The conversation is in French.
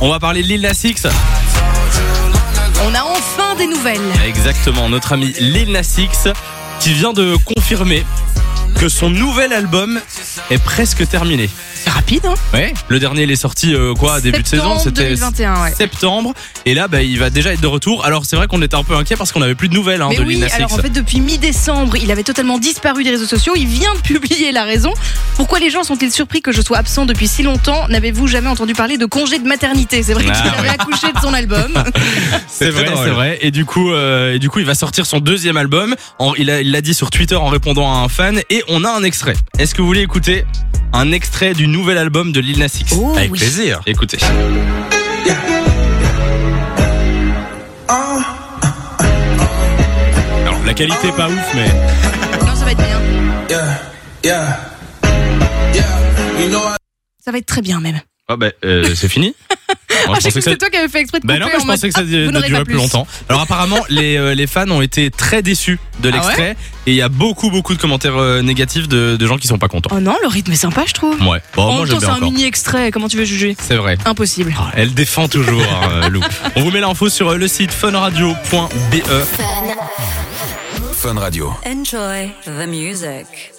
On va parler de Lil Nas X. On a enfin des nouvelles. Ah, Exactement, notre ami Lil Nas X qui vient de confirmer que son nouvel album est presque terminé. C'est rapide, hein Ouais. Le dernier, il est sorti euh, quoi début de saison Septembre 2021, ouais. septembre. Et là, bah, il va déjà être de retour. Alors c'est vrai qu'on était un peu inquiet parce qu'on n'avait plus de nouvelles hein, Mais de Lil oui, Nas X. alors en fait, depuis mi-décembre, il avait totalement disparu des réseaux sociaux. Il vient de publier la raison. Pourquoi les gens sont-ils surpris que je sois absent depuis si longtemps N'avez-vous jamais entendu parler de congé de maternité C'est vrai Ah, qu'il avait accouché de son album. C'est vrai, c'est vrai. Et du coup, euh, et du coup, il va sortir son deuxième album. En- il a- il l'a dit sur Twitter en répondant à un fan. Et on a un extrait. Est-ce que vous voulez écouter un extrait du nouvel album de Lil Nas X Oh, Avec oui. plaisir. Écoutez. Alors la qualité est pas ouf, mais non, ça va être bien. Yeah, yeah, yeah. You know I Ça va être très bien même. ah bah, euh, c'est fini. Moi, Ah, je pensais j'ai cru que que ça- c'était toi qui avais fait exprès de Bah couper non, mais en je mode, pensais que ça ah, vous ne n'aurez durait pas plus longtemps. Alors apparemment, les, euh, les fans ont été très déçus de Ah ouais l'extrait et il y a beaucoup beaucoup de commentaires euh, négatifs de, de gens qui sont pas contents. Oh non, le rythme est sympa, je trouve. Ouais. Bon, en moi même j'aime temps, c'est bien un encore. mini extrait. Comment tu veux juger C'est vrai. Impossible. Ah, Elle défend toujours, hein, euh, Lou. On vous met l'info sur euh, le site funradio.be. Fun Radio. Enjoy the music.